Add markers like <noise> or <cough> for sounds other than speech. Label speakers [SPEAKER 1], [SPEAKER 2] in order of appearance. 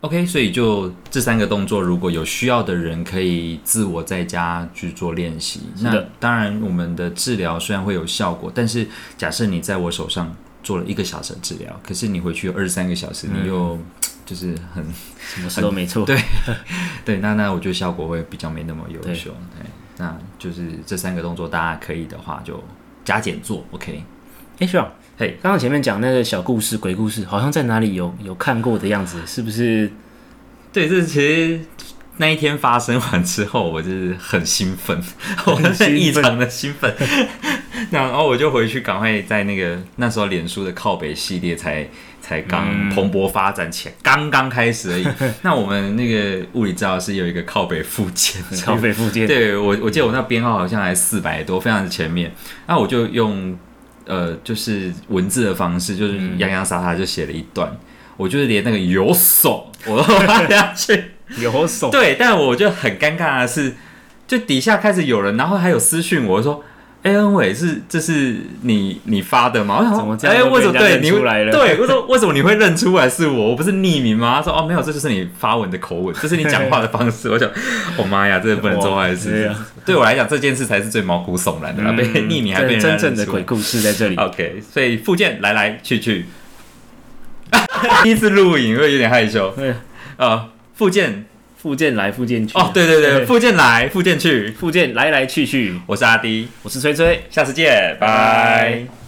[SPEAKER 1] OK，所以就这三个动作，如果有需要的人可以自我在家去做练习。
[SPEAKER 2] 是的
[SPEAKER 1] 那当然，我们的治疗虽然会有效果，但是假设你在我手上做了一个小时的治疗，可是你回去有二十三个小时，你又
[SPEAKER 2] 嗯
[SPEAKER 1] 就是很
[SPEAKER 2] 什么事都没做。
[SPEAKER 1] 对对，那那我觉得效果会比较没那么优秀。对，那就是这三个动作，大家可以的话就加减做。OK，
[SPEAKER 2] 哎，学长，
[SPEAKER 1] 嘿，
[SPEAKER 2] 刚刚前面讲那个小故事、鬼故事，好像在哪里有有看过的样子，是不是？
[SPEAKER 1] 对，这其实那一天发生完之后，我就是很兴奋，我很异常的兴奋。 <laughs> 然后我就回去赶快在那个那时候脸书的靠北系列才才刚蓬勃发展起来，刚刚开始 <laughs> 而已。那我们那个物理治疗师有一个靠北附 <laughs> 件，
[SPEAKER 2] 超北附件，
[SPEAKER 1] 对我，我记得我那编号好像还四百多，非常的前面。那我就用呃，就是文字的方式，就是洋洋洒洒就写了一段。我就是连那个有手我都发下去。
[SPEAKER 2] 有手，
[SPEAKER 1] 对，但我就很尴尬的是，就底下开始有人，然后还有私讯我说。哎，恩伟是这是你你发的吗？我想说
[SPEAKER 2] 怎么这样
[SPEAKER 1] 哎，
[SPEAKER 2] 就被
[SPEAKER 1] 为什么
[SPEAKER 2] 人家
[SPEAKER 1] 对
[SPEAKER 2] 认
[SPEAKER 1] 你
[SPEAKER 2] 出
[SPEAKER 1] 会
[SPEAKER 2] 来了
[SPEAKER 1] 对，我说为什么你会认出来是我？我不是匿名吗？他说哦，没有，这就是你发文的口吻，这是你讲话的方式。我想，我、妈呀，这不能做坏
[SPEAKER 2] 对
[SPEAKER 1] 事
[SPEAKER 2] 啊。
[SPEAKER 1] 对我来讲，这件事才是最毛骨悚然的啦，
[SPEAKER 2] 嗯
[SPEAKER 1] 啊被匿名还被人家
[SPEAKER 2] 真正的
[SPEAKER 1] 认出来
[SPEAKER 2] 鬼故事在这里。
[SPEAKER 1] OK，所以附件来来去去， <laughs> 第一次录影会有点害羞。
[SPEAKER 2] 对，
[SPEAKER 1] 呃，附件
[SPEAKER 2] 附件来附件去。
[SPEAKER 1] 哦，对对对，
[SPEAKER 2] 对
[SPEAKER 1] 附件来附件去。
[SPEAKER 2] 附件来来去去，
[SPEAKER 1] 我是阿迪，
[SPEAKER 2] 我是崔崔，
[SPEAKER 1] 下次见，拜。
[SPEAKER 2] 拜。